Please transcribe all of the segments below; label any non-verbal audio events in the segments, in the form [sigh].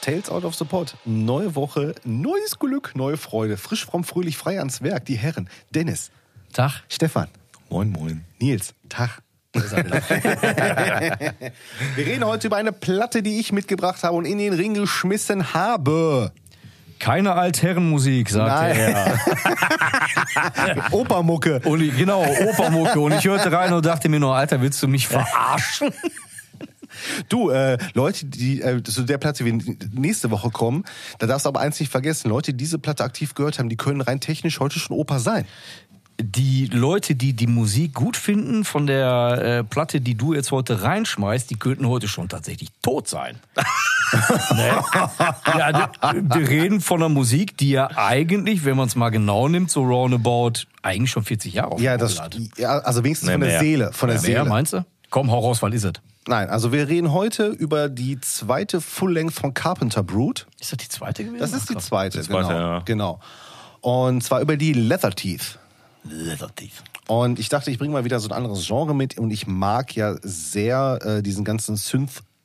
Tales Out of the Pod. Neue Woche, neues Glück, neue Freude. Frisch, fromm, fröhlich, frei ans Werk. Die Herren. Dennis. Tag. Stefan. Moin, moin. Nils. Tag. Wir reden heute über eine Platte, die ich mitgebracht habe und in den Ring geschmissen habe. Keine Altherrenmusik, sagte Nein. [laughs] er. Opermucke. Und ich, genau, Opermucke. Und ich hörte rein und dachte mir nur, Alter, willst du mich verarschen? Du, äh, Leute, die äh, zu der Platte, die wir nächste Woche kommen, da darfst du aber eins nicht vergessen, Leute, die diese Platte aktiv gehört haben, die können rein technisch heute schon Opa sein. Die Leute, die die Musik gut finden von der äh, Platte, die du jetzt heute reinschmeißt, die könnten heute schon tatsächlich tot sein. [laughs] ne? ja, d- wir reden von einer Musik, die ja eigentlich, wenn man es mal genau nimmt, so roundabout eigentlich schon 40 Jahre auf dem Buckel hat. ja, also wenigstens Nee, von der mehr. Seele, von der Ja, Seele. wer meinst du? Komm, hau raus, was ist es? Nein, also wir reden heute über die zweite Full-Length von Carpenter Brute. Ist das die zweite gewesen? Das ist die zweite, Die zweite, genau. ja. genau. Und zwar über die Leatherteeth. Leatherteeth. Und ich dachte, ich bringe mal wieder so ein anderes Genre mit und ich mag ja sehr äh, diesen ganzen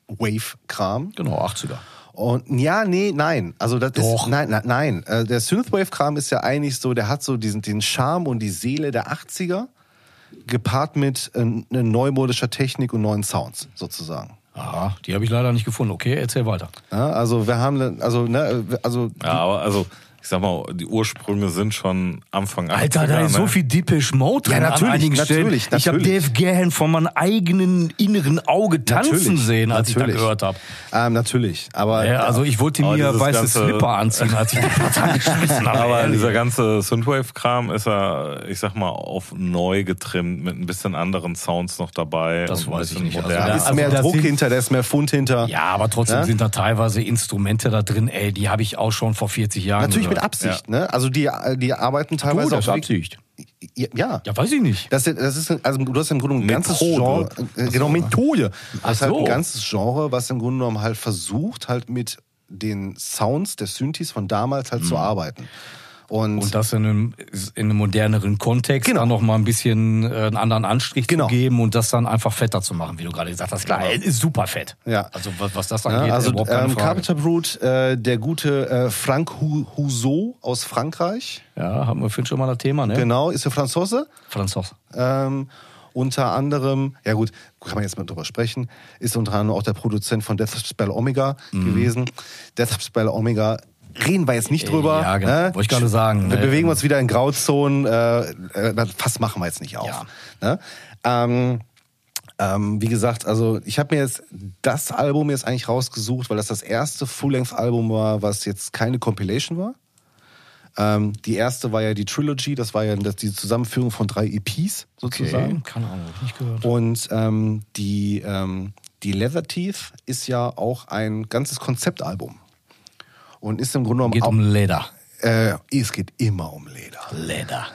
Synth-Wave-Kram. Genau, 80er. Und ja, nee, nein. Also das Doch. ist nein, nein, nein. Äh, Der Synthwave-Kram ist ja eigentlich so, der hat so diesen den Charme und die Seele der 80er gepaart mit äh, ne- neumodischer Technik und neuen Sounds sozusagen. Aha, die habe ich leider nicht gefunden. Okay, erzähl weiter. Ja, also wir haben dann- also ne, äh, also Ja, aber also, ich sag mal, die Ursprünge sind schon Anfang 80er. Alter, da ist ne? so viel Deepish Mode Ja, drin natürlich, an einigen natürlich, Stellen. Ich habe natürlich. Dave Gahan von meinem eigenen inneren Auge tanzen Natürlich, sehen, als ich natürlich. das gehört habe. ähm, natürlich, aber Ja, also ich wollte Aber mir dieses weiße ganze- Slipper anziehen, als ich die [laughs] Platte angeschmissen habe. Aber ehrlich. dieser ganze Synthwave-Kram ist ja, ich sag mal, auf neu getrimmt mit ein bisschen anderen Sounds noch dabei. Das und ein weiß ich bisschen nicht. Also moderner. da Ja, ist also mehr das Druck sind- hinter, da ist mehr Fund hinter. ja, aber trotzdem Ja? sind da teilweise Instrumente da drin, ey, die habe ich auch schon vor 40 Jahren Natürlich mit gehört. Absicht, ne? Also die die arbeiten Du, teilweise das ist auch Absicht. Ja, ja. Ja, weiß ich nicht. Das, ist- das ist, ein- also du hast im Grunde ein ganzes Genre, Methode. äh, genau, Methode. Du hast Ach halt so. ein ganzes Genre, was im Grunde genommen halt versucht, halt mit den Sounds der Synthes von damals halt zu arbeiten. Und, Mhm. Und das in einem, in einem moderneren Kontext Genau. dann noch mal ein bisschen äh, einen anderen Anstrich Genau. zu geben und das dann einfach fetter zu machen, wie du gerade gesagt hast. Klar, es ist super fett. Ja. Also was, was das ja, angeht, also überhaupt keine ähm, Frage. Carpenter Brut, äh, der gute äh, Frank Hu- Houseau aus Frankreich, Ja, haben wir vorhin schon mal das Thema, ne? genau, ist ja Franzose. Franzos. Ähm, unter anderem, ja gut, kann man jetzt mal drüber sprechen, ist unter anderem auch der Produzent von Death Spell Omega Mhm. gewesen. Death Spell Omega reden wir jetzt nicht Äh, drüber. ja, genau. Wollte ich gerade sagen, Wir ne? bewegen uns wieder in Grauzonen. Äh, äh, das Fass machen wir jetzt nicht auf. Ja. Ne? Ähm, ähm, wie gesagt, also ich habe mir jetzt das Album jetzt eigentlich rausgesucht, weil das das erste Full-Length-Album war, was jetzt keine Compilation war. Ähm, die erste war ja die Trilogy, das war ja das- die Zusammenführung von drei EPs sozusagen. Keine Ahnung, hab ich nicht gehört. Und ähm, die, ähm, die Leatherteeth ist ja auch ein ganzes Konzeptalbum. Und ist im Grunde genommen Geht auch, um Leder. äh, es geht immer um Leder. Leder.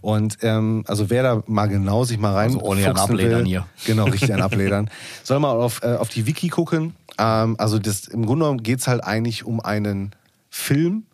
Und ähm, also wer da mal genau sich mal rein Also ordentlich fuchsen an Abledern will, hier. Genau, richtig an [laughs] Abledern. Soll mal auf, äh, auf die Wiki gucken. Ähm, also das, im Grunde genommen geht es halt eigentlich um einen Film.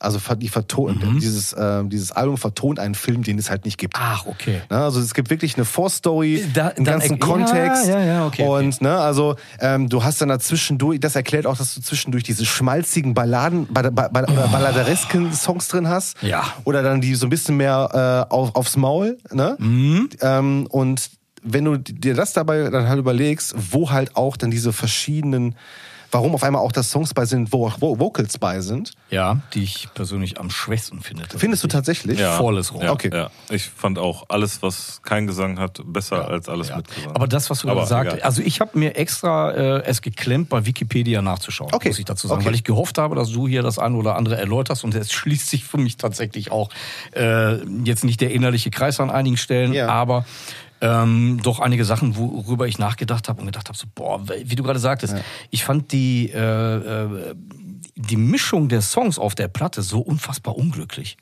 Also ver- die verton Mhm. dieses, ähm, dieses Album vertont einen Film, den es halt nicht gibt. Ach, okay. Ne, also es gibt wirklich eine Vorstory, Äh, Da- einen dann ganzen erk- ja, Kontext. ja, ja, okay, okay. Und ne, also ähm, du hast dann dazwischendurch, das erklärt auch, dass du zwischendurch diese schmalzigen Balladen, ba ba ba oder balladeresken Songs drin hast. Ja. Oder dann die so ein bisschen mehr äh, auf, aufs Maul. Ne? Mhm. Ähm, und wenn du dir das dabei dann halt überlegst, wo halt auch dann diese verschiedenen, warum auf einmal auch das Songs bei sind, wo auch Vo- Vocals bei sind, Ja, die ich persönlich am schwächsten finde. findest du tatsächlich. Ja. Volles Rohr. Ja, Okay. Ja. Ich fand auch alles, was kein Gesang hat, besser als alles mit Gesang. Aber das, was du gerade Aber sagst, egal. also ich habe mir extra äh, es geklemmt, bei Wikipedia nachzuschauen, Okay. muss ich dazu sagen, Okay. weil ich gehofft habe, dass du hier das eine oder andere erläuterst und es [laughs] schließt sich für mich tatsächlich auch äh, jetzt nicht der innerliche Kreis an einigen Stellen, Ja. aber ähm, doch einige Sachen, worüber ich nachgedacht habe und gedacht habe, so, boah, wie du gerade sagtest, ich fand die, äh, äh, die Mischung der Songs auf der Platte so unfassbar unglücklich.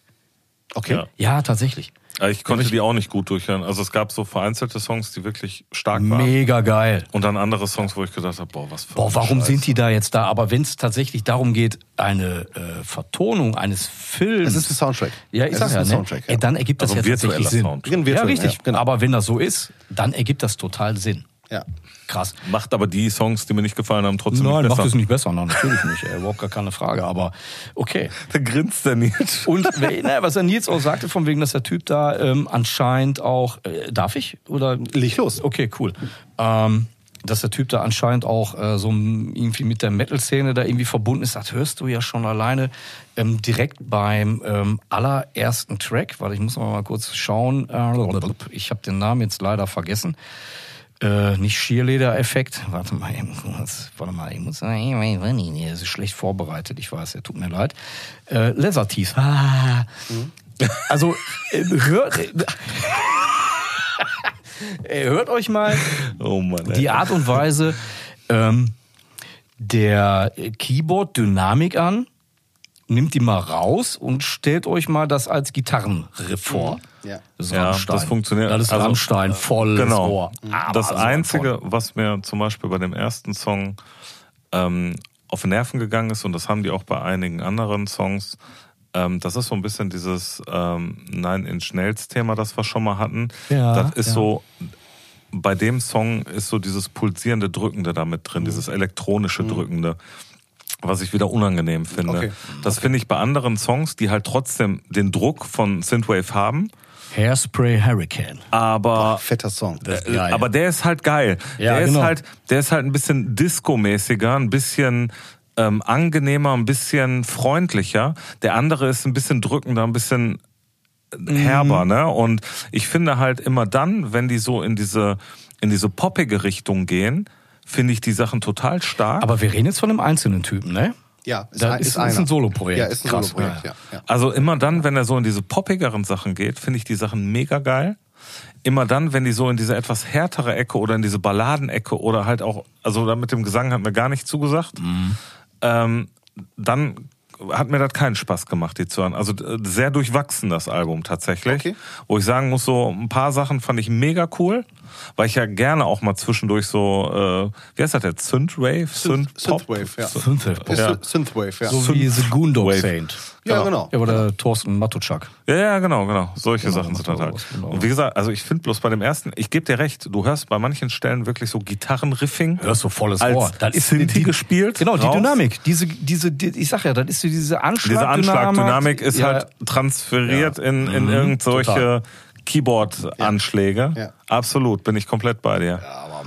Okay. Ja. Ja, tatsächlich. Aber ich konnte die auch nicht gut durchhören. Also es gab so vereinzelte Songs, die wirklich stark waren. Mega geil. Und dann andere Songs, wo ich gedacht habe, boah, was für Boah, ein warum Scheiß. sind die da jetzt da? Aber wenn es tatsächlich darum geht, eine äh, Vertonung eines Films. Es ist ein Soundtrack. ja, ich es sag ist ja, ein ne? Soundtrack. Ja. Ey, dann ergibt das Also ja virtueller tatsächlich Sinn. Sound. Ein virtueller, ja, richtig. ja, genau. Aber wenn das so ist, dann ergibt das total Sinn. Ja. Krass. Macht aber die Songs, die mir nicht gefallen haben, trotzdem Nein, nicht macht es besser. nicht besser. Nein, natürlich nicht. Ey, überhaupt gar keine Frage. Aber okay. Da grinst der [laughs] Nils. Und wer- na, was er Nils auch sagte, von wegen, dass der Typ da ähm, anscheinend auch, äh, darf ich? Oder Leg los. Okay, cool. Ähm, dass der Typ da anscheinend auch äh, so m- irgendwie mit der Metal-Szene da irgendwie verbunden ist, das hörst du ja schon alleine ähm, direkt beim ähm, allerersten Track. Warte, ich muss noch mal kurz schauen. Äh, ich habe den Namen jetzt leider vergessen. Äh, nicht Schierleder-Effekt. Warte mal eben kurz. Warte mal, ich muss. Nee, das ist schlecht vorbereitet, ich weiß, ja, tut mir leid. Äh, Laserteeth. Ah. Also, äh, hört, äh, hört euch mal Oh Mann. Ey. die Art und Weise ähm, der Keyboard-Dynamik an. Nehmt die mal raus und stellt euch mal das als Gitarrenriff vor. Mhm. Ja. Das ist Ja, Rammstein. das funktioniert. Das ist Also, Rammstein, volles genau. Rohr. Ah, Aber das sowas von. Einzige, was mir zum Beispiel bei dem ersten Song ähm, auf den Nerven gegangen ist, und das haben die auch bei einigen anderen Songs, ähm, das ist so ein bisschen dieses ähm, Nein in Schnells-Thema, das wir schon mal hatten. Ja, das ist ja. so, bei dem Song ist so dieses pulsierende Drückende da mit Mhm. drin, dieses elektronische Drückende. Was ich wieder unangenehm finde. Okay. Das finde ich bei anderen Songs, die halt trotzdem den Druck von Synthwave haben, Hairspray Hurricane. Ah. aber Fetter Song. Das äh, Aber der ist halt geil. Ja, der, genau. ist halt, der ist halt ein bisschen disco-mäßiger, ein bisschen ähm, angenehmer, ein bisschen freundlicher. Der andere ist ein bisschen drückender, ein bisschen Mhm. herber, ne? Und ich finde halt immer dann, wenn die so in diese, in diese poppige Richtung gehen, finde ich die Sachen total stark. Aber wir reden jetzt von einem einzelnen Typen, ne? Ja, Da ist- ist ein einer. Soloprojekt. Ja, ist ein Krass, Soloprojekt, ja. ja. ja. Also immer dann, wenn er so in diese poppigeren Sachen geht, finde ich die Sachen mega geil. Immer dann, wenn die so in diese etwas härtere Ecke oder in diese Balladenecke oder halt auch, also da mit dem Gesang hat mir gar nicht zugesagt, Mhm. ähm, dann hat mir das keinen Spaß gemacht, die zu hören. Also äh, sehr durchwachsen das Album tatsächlich. Okay. Wo ich sagen muss, so ein paar Sachen fand ich mega cool, weil ich ja gerne auch mal zwischendurch so, äh, wie heißt das jetzt, Synthwave? Synth- Synthpop? Synthwave, ja. Synthwave-Pop. Ist Ja. Synth- Synthwave, ja. So wie The Goondog Wave. Saint. ja, genau. Ja, oder Thorsten Matuschak. Ja, ja, genau, genau. Solche Sachen sind macht das man halt. sowas, genau. Und wie gesagt, also ich finde bloß bei dem ersten, ich gebe dir recht, du hörst bei manchen Stellen wirklich so Gitarrenriffing. Hörst du volles als Rohr. Das ist Synthi die- gespielt. Genau, die raus. Dynamik. Diese, diese, die, ich sag ja, das ist so diese Diese Anschlagdynamik. Anschlagdynamik ist Ja, halt transferiert Ja. in, in Mhm, irgend total. solche Keyboard-Anschläge. Ja. Absolut, bin ich komplett bei dir. Ja, aber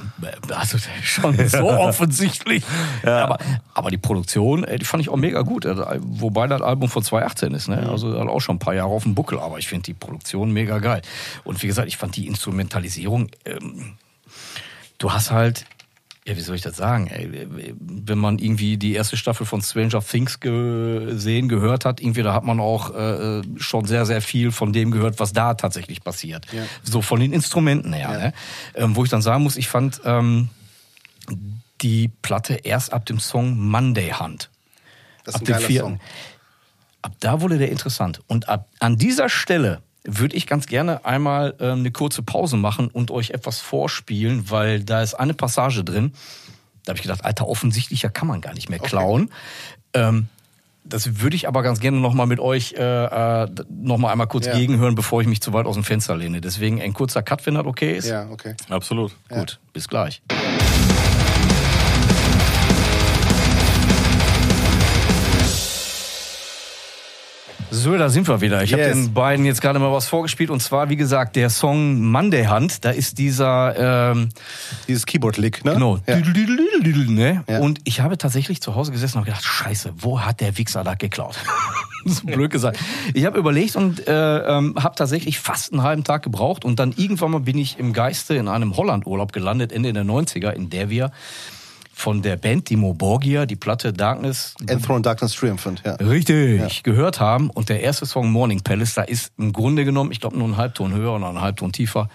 also schon [laughs] so offensichtlich. Aber, aber die Produktion, äh, die fand ich auch mega gut. Äh, Wobei das Album von 2018 ist, Mhm. ne? Also hat auch schon ein paar Jahre auf dem Buckel, aber ich finde die Produktion mega geil. Und wie gesagt, ich fand die Instrumentalisierung, ähm, du hast halt. Ja, wie soll ich das sagen? Ey, wenn man irgendwie die erste Staffel von Stranger Things gesehen, gehört hat, irgendwie da hat man auch äh, schon sehr, sehr viel von dem gehört, was da tatsächlich passiert. Ja. So von den Instrumenten her. Ne? Ähm, wo ich dann sagen muss, ich fand ähm, die Platte erst ab dem Song Monday Hand. Das ist Ab ein dem geiler vierten. Song. Ab da wurde der interessant. Und ab, an dieser Stelle würde ich ganz gerne einmal ähm, eine kurze Pause machen und euch etwas vorspielen, weil da ist eine Passage drin. Da habe ich gedacht, Alter, offensichtlicher kann man gar nicht mehr klauen. Ähm, das würde ich aber ganz gerne nochmal mit euch äh, äh, nochmal einmal kurz Ja. gegenhören, bevor ich mich zu weit aus dem Fenster lehne. Deswegen ein kurzer Cut, wenn das okay ist. Ja, okay. Absolut. Gut, bis gleich. So, da sind wir wieder. Ich habe Yes. den beiden jetzt gerade mal was vorgespielt und zwar, wie gesagt, der Song Monday Hand. Da ist dieser ähm, Dieses Keyboard-Lick, ne? Genau. Ja. Düdelüdelüdelü, Ne? Ja. Und ich habe tatsächlich zu Hause gesessen und gedacht, scheiße, wo hat der Wichser das geklaut? [laughs] so blöd gesagt. Ich habe überlegt und äh, ähm, habe tatsächlich fast einen halben Tag gebraucht und dann irgendwann mal bin ich im Geiste in einem Hollandurlaub gelandet, Ende der 90er, in der wir von der Band Dimo Borgia die Platte Darkness Enthroned Darkness Triumphant, ja. Richtig. Gehört haben. Und der erste Song Morning Palace, da ist im Grunde genommen, ich glaube, nur einen Halbton höher oder einen Halbton tiefer,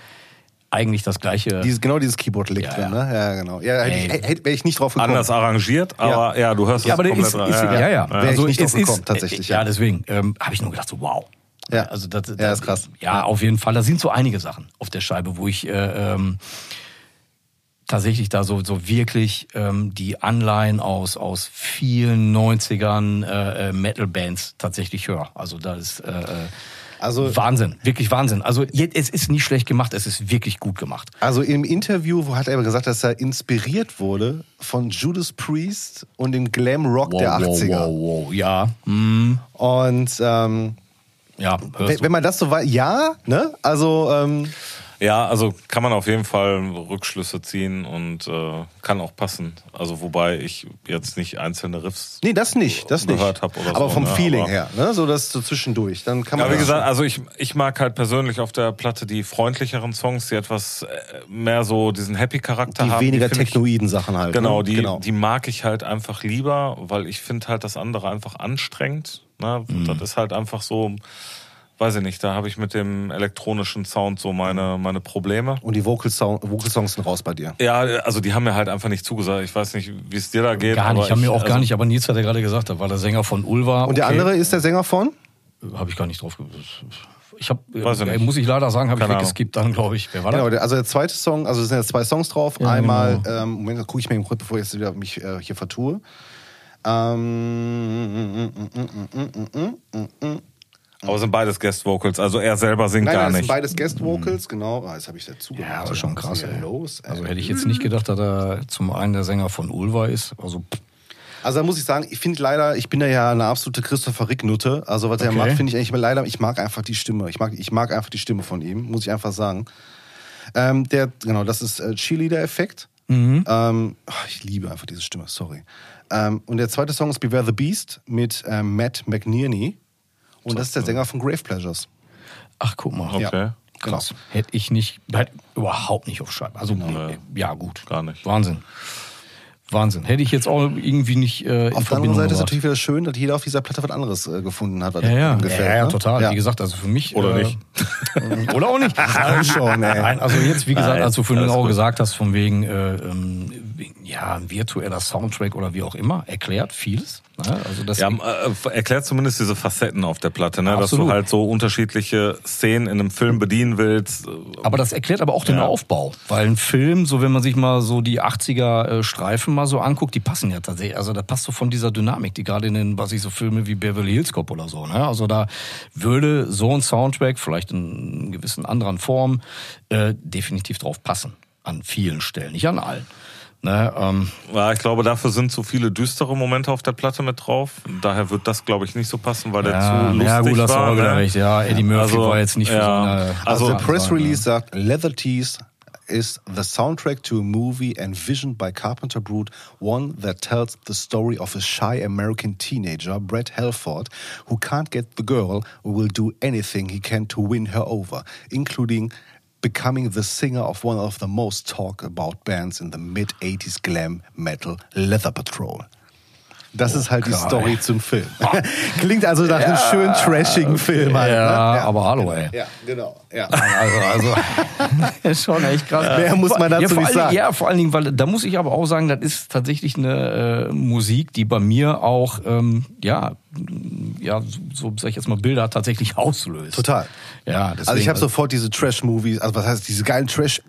eigentlich das gleiche. Dieses, genau dieses Keyboard-Lick Ja, drin, ja. ne? Ja, genau. Ja, Ey. hätte ich, hätte, wäre ich nicht drauf gekommen. Anders arrangiert, aber ja, du hörst Ja, aber der komplett ist, ist rein. ja, ja. Also Wäre ich nicht drauf gekommen, tatsächlich, Ja, ja. deswegen ähm, habe ich nur gedacht, so wow. Ja. also das, das, Ja, ist krass. Ja, auf jeden Fall. Da sind so einige Sachen auf der Scheibe, wo ich äh, ähm, tatsächlich da so, so wirklich ähm, die Anleihen aus, aus vielen 90ern äh, äh, Metal-Bands tatsächlich höre. Also da ist äh, äh, Also- Wahnsinn, wirklich Wahnsinn. Also je- es ist nicht schlecht gemacht, es ist wirklich gut gemacht. Also im Interview wo hat er gesagt, dass er inspiriert wurde von Judas Priest und dem Glam Rock der 80er. wow, wow. Ja, mm, Und ähm, ja. wenn, Hörst du. wenn man das so weit, ja, ne? Also ähm, Ja, also kann man auf jeden Fall Rückschlüsse ziehen und äh, kann auch passen. Also wobei ich jetzt nicht einzelne Riffs. nee, das nicht, das nicht. Gehört hab oder aber so, vom ne, Feeling aber- her, ne? So das so zwischendurch, dann kann man. Ja, wie das- gesagt, also ich, ich mag halt persönlich auf der Platte die freundlicheren Songs, die etwas äh, mehr so diesen Happy-Charakter die haben. weniger find ich- technoiden Sachen halt. Genau, ne? die, die mag ich halt einfach lieber, weil ich finde halt das andere einfach anstrengend. Ne? Mhm. Das ist halt einfach so, weiß ich nicht, da habe ich mit dem elektronischen Sound so meine, meine Probleme. Und die Vocal, Sound, Vocal Songs sind raus bei dir. Ja, also die haben mir halt einfach nicht zugesagt. Ich weiß nicht, wie es dir da geht. Gar aber nicht, haben mir auch gar also- nicht, aber Nils hat ja gerade gesagt, da war der Sänger von Ulva. Und der okay. andere ist der Sänger von? Habe ich gar nicht drauf ge- Ich habe, Weiß ich äh, nicht. muss ich leider sagen, habe ich Keine Ahnung. weggeskippt dann, glaube ich. Wer war Genau, das? der- also der zweite Song, also es sind ja zwei Songs drauf. genau. Einmal, ähm, Moment, gucke ich mir eben kurz, bevor ich jetzt wieder mich äh, hier vertue. Ähm, Aber es sind beides Guest Vocals, also er selber singt nein, gar nein, das sind nicht. beides Guest Vocals, genau. Ah, jetzt habe ich dazu gemacht. Ja, aber schon Was krass, ist denn ey. Los, ey? Also hätte ich jetzt nicht gedacht, dass er zum einen der Sänger von Ulva ist. Also pff, Also da muss ich sagen, ich finde leider, ich bin da ja eine absolute Christopher Rick-Nutte. Also was er Okay. macht, finde ich eigentlich immer leider, ich mag einfach die Stimme. Ich mag, ich mag einfach die Stimme von ihm, muss ich einfach sagen. Ähm, der, genau, das ist äh, Cheerleader-Effekt. Mhm. Ähm, ach, ich liebe einfach diese Stimme, sorry. Ähm, und der zweite Song ist Beware the Beast mit ähm, Matt McNerney. Und das ist der Sänger von Grave Pleasures. ach guck mal, Okay. Ja. genau. krass. Hätte ich nicht, hätte überhaupt nicht auf Scheibe. Also äh, ja gut, Gar nicht. Wahnsinn, Wahnsinn. Hätte ich jetzt auch irgendwie nicht äh, in Auf der anderen Verbindung Seite ist gebracht. natürlich wieder schön, dass jeder auf dieser Platte was anderes äh, gefunden hat, was ja, ja. ihm gefällt. ja, ja, ne? total. Ja. Wie gesagt, also für mich. Oder nicht. [laughs] [laughs] Oder auch nicht. Dann schon, ey. Nein, also jetzt, wie gesagt, Nein, als du vorhin alles auch gut. gesagt hast, von wegen, äh, ähm, ja, ein virtueller Soundtrack oder wie auch immer, erklärt vieles. Ne? Also das Ja, äh, erklärt zumindest diese Facetten auf der Platte, ne? dass Absolut. du halt so unterschiedliche Szenen in einem Film bedienen willst. Aber das erklärt aber auch den Ja. Aufbau. Weil ein Film, so wenn man sich mal so die 80er-Streifen mal so anguckt, die passen ja tatsächlich. Also da passt so von dieser Dynamik, die gerade in den, was ich so Filme wie Beverly Hills Cop oder so. Ne? Also da würde so ein Soundtrack, vielleicht in gewissen anderen Formen, äh, definitiv drauf passen. An vielen Stellen, nicht an allen. Ne, ähm, Ja, ich glaube, dafür sind zu viele düstere Momente auf der Platte mit drauf. Daher wird das, glaube ich, nicht so passen, weil der zu lustig ja, gut, hast du war. auch wieder ne? recht. Ja, Eddie Murphy Also, war jetzt nicht für ja. so eine. ne? Also, Also- der Press Release sagt, Leather Tees is the soundtrack to a movie envisioned by Carpenter Brut, one that tells the story of a shy American teenager, Brett Halford, who can't get the girl who will do anything he can to win her over, including becoming the singer of one of the most talked about bands in the mid 80s glam metal Leather Patrol. Das ist halt die geil. Story zum [laughs] Film. Klingt also nach einem schönen, trashigen Film. Ja, Halt, ne? aber hallo, ey. Ja, genau. [laughs] Ja. [laughs] Also, also schon echt krass. Mehr muss man dazu ja, vor nicht allen- sagen. Ja, vor allen Dingen, weil da muss ich aber auch sagen, das ist tatsächlich eine äh, Musik, die bei mir auch, ähm, ja, m, ja, so- so sag ich jetzt mal, Bilder tatsächlich auslöst. Total. Ja, deswegen, also ich habe sofort diese Trash-Movies, also was heißt diese geilen Trash,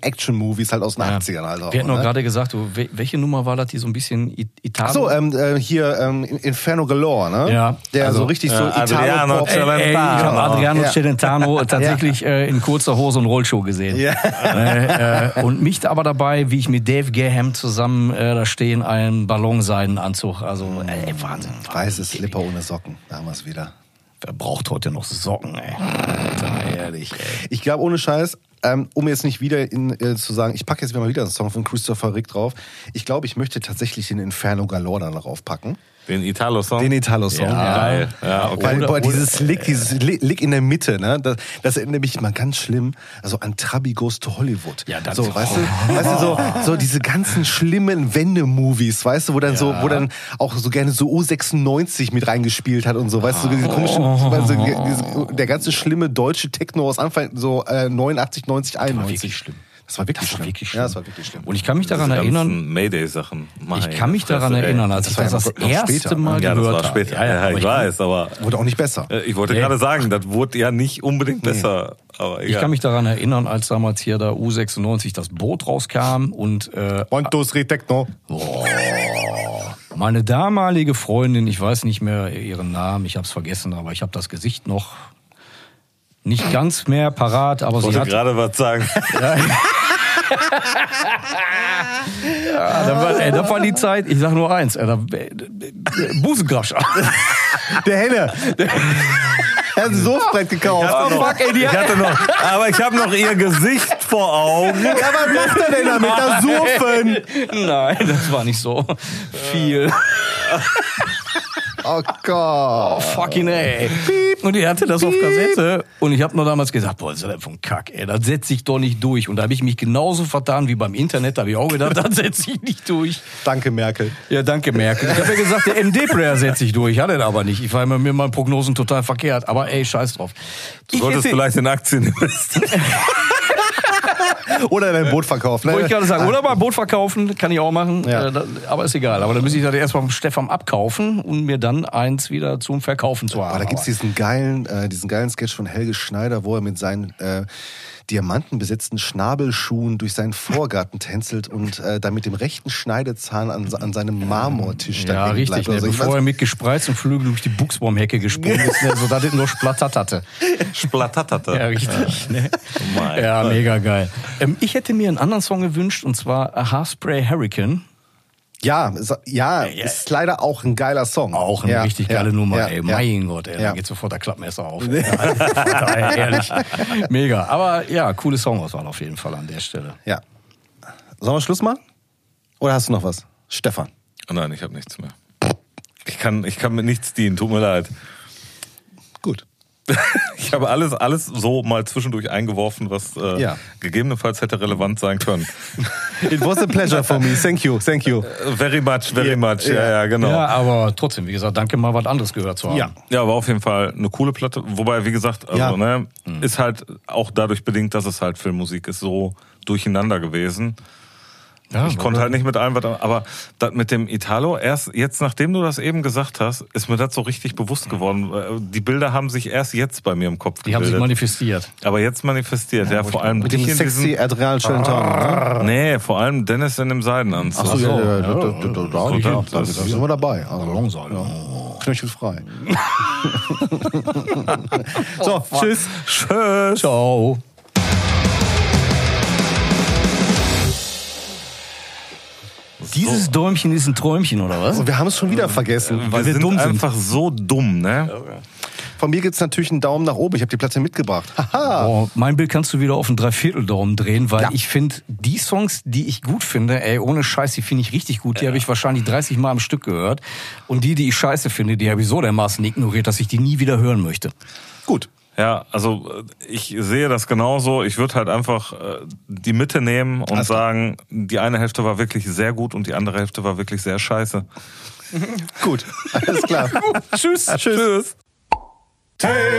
Trashing-Action-Movies halt aus den 80ern. Also, Wir hatten auch, doch ne? gerade gesagt, du, wel- welche Nummer war das, die so ein bisschen I- Italo... So, ähm, äh, hier ähm, Inferno Galore, ne? Ja. Der Also, so richtig so äh, Adriano Italo-Pop. Celentano. Ey, ich habe Adriano Genau. Ja. Celentano [laughs] tatsächlich äh, in kurzer Hose und Rollschuh gesehen. Ja. Äh, äh, und mich da aber dabei, wie ich mit Dave Gaham zusammen äh, da stehe in einem Ballonseidenanzug. Also Hm. ey, Wahnsinn. Weiße Slipper ohne Socken, da haben wir es wieder. Wer braucht heute noch Socken, ey? Hm. Alter, ehrlich, ey. Ich glaube, ohne Scheiß, ähm, um jetzt nicht wieder in, äh, zu sagen, ich packe jetzt wieder mal wieder einen Song von Christopher Rick drauf. Ich glaube, ich möchte tatsächlich den Inferno Galore da drauf packen. Den Italo-Song. Den Italo-Song. Ja. Geil. Ja, okay. Weil, Oder- boah, oder- dieses Lick, dieses Li- Lick in der Mitte, ne? Das, das erinnert mich mal ganz schlimm, also an Trabi Goes to Hollywood. Ja, das- so, weißt du, weißt du [laughs] so, so diese ganzen schlimmen Wende-Movies, weißt du, wo dann so, wo dann auch so gerne so U96 mit reingespielt hat und so, weißt du, so diese komischen, also, diese, der ganze schlimme deutsche Techno aus Anfang so äh, 89, 90, 91. wirklich schlimm. Das war wirklich, Das war schlimm. wirklich Ja, schlimm. das war wirklich schlimm. Und ich kann mich daran Diese ganzen erinnern, Mayday-Sachen. Meine ich kann mich daran Fresse, ey. erinnern, als Das ich war das ja das noch- noch erste später, ne? Mal Ja, das gehört war später. habe. Ja, aber ich kann- weiß, aber Wurde auch nicht besser. äh, ich wollte Nee. gerade sagen, das wurde ja nicht unbedingt besser. Aber egal. Ich kann mich daran erinnern, als damals hier da U96 das Boot rauskam und äh, Und dos re Techno. Meine damalige Freundin, ich weiß nicht mehr ihren Namen, ich habe es vergessen, aber ich habe das Gesicht noch. Nicht ganz mehr parat, aber sie wollte hat. gerade [laughs] was sagen. Ah, das, war, ey, das war die Zeit, ich sag nur eins, ey, da, äh, [laughs] Busengrascher. Der Henne. er hat ein Surfbrett gekauft. Oh, fuck, ey, die Ich [laughs] hatte noch, aber ich habe noch ihr Gesicht vor Augen. Ja, was macht er denn damit? Das Surfen. [laughs] Nein, das war nicht so viel. Oh Gott. Oh, fucking ey. Und die hatte das auf Kassette. Und ich habe nur damals gesagt, boah, das ist das von Kack, ey. Das setzt sich doch nicht durch. Und da habe ich mich genauso vertan wie beim Internet. Da habe ich auch gedacht, [laughs] das setzt sich nicht durch. Danke, Merkel. Ja, danke, Merkel. Ich habe ja gesagt, der MD-Player setzt sich durch. Hat er aber nicht. Ich war immer mit meinen Prognosen total verkehrt. Aber ey, scheiß drauf. Ich Solltest hätte- vielleicht in Aktien investieren. Oder dein Boot ne? verkaufen. Wollte ich gerade sagen, oder mal Boot verkaufen, kann ich auch machen, Ja. Äh, da- aber ist egal. Aber dann müsste ich das erstmal vom Stefan abkaufen und mir dann eins wieder zum Verkaufen zu haben. Aber Ah, da gibt's diesen geilen, äh, diesen geilen Sketch von Helge Schneider, wo er mit seinen äh, diamantenbesetzten Schnabelschuhen durch seinen Vorgarten tänzelt und äh, dann mit dem rechten Schneidezahn an, se- an seinem Marmortisch Ja, hängen richtig. bleibt. Ne? Also ich Bevor weiß- er mit gespreizten Flügeln durch die Buchsbaumhecke gesprungen ist, ne? so dass es nur splattert hatte. Splatatata. Ja, richtig. Ne? mein Ja, mega geil. Ähm, ich hätte mir einen anderen Song gewünscht, und zwar A Haarspray Hurricane. ja, ist, ja, ist leider auch ein geiler Song. Auch eine ja, richtig geile Nummer, ey. Ja. Mein Gott, ey. Da Ja. geht sofort der Klappmesser [laughs] auf. ey. Ja, ehrlich. Mega. Aber ja, coole Songauswahl auf jeden Fall an der Stelle. ja. Sollen wir Schluss machen? Oder hast du noch was? Stefan. Oh Nein, ich habe nichts mehr. Ich kann, ich kann mit nichts dienen, tut mir leid. Gut. Ich habe alles, alles so mal zwischendurch eingeworfen, was äh, Ja. gegebenenfalls hätte relevant sein können. It was a pleasure for me. Thank you, thank you. Äh, Very much, very much. Ja, ja, genau. Ja, Ja. aber trotzdem, wie gesagt, danke mal was anderes gehört zu haben. Ja. aber auf jeden Fall eine coole Platte. Wobei, wie gesagt, also, Ja. ne, ist halt auch dadurch bedingt, dass es halt Filmmusik ist, so durcheinander gewesen. Ja, Ich konnte halt nicht mit allem, was- aber das mit dem Italo, erst jetzt, nachdem du das eben gesagt hast, ist mir das so richtig bewusst geworden. Äh, Die Bilder haben sich erst jetzt bei mir im Kopf Die haben sich gebildet. manifestiert. aber jetzt manifestiert, ja, vor allem Mit dem dich in sexy diesem, Adrian Trenton. Nee, vor allem Dennis in dem Seidenanzug. Achso, ne? Ah, ja, ja, da, da, da, da, So, ja, dann- da, da das- sind wir dabei. Also, ja. Knöchelfrei. so, tschüss. Tschüss. Ciao. Dieses Däumchen ist ein Träumchen, oder was? Und wir haben es schon wieder vergessen. Wir, sind dumm sind. einfach so dumm, ne? Von mir gibt es natürlich einen Daumen nach oben. Ich habe die Platte mitgebracht. Haha. Oh, mein Bild kannst du wieder auf einen Dreivierteldaumen drehen, weil Ja. ich finde, die Songs, die ich gut finde, ey, ohne Scheiß, die finde ich richtig gut. Die habe ich wahrscheinlich 30 Mal am Stück gehört. Und die, die ich scheiße finde, die habe ich so dermaßen ignoriert, dass ich die nie wieder hören möchte. Gut. Ja, also äh, ich sehe das genauso. Ich würde halt einfach äh, die Mitte nehmen und Alles klar. sagen, die eine Hälfte war wirklich sehr gut und die andere Hälfte war wirklich sehr scheiße. [laughs] Gut. Alles klar. Tschüss. Tschüss. Take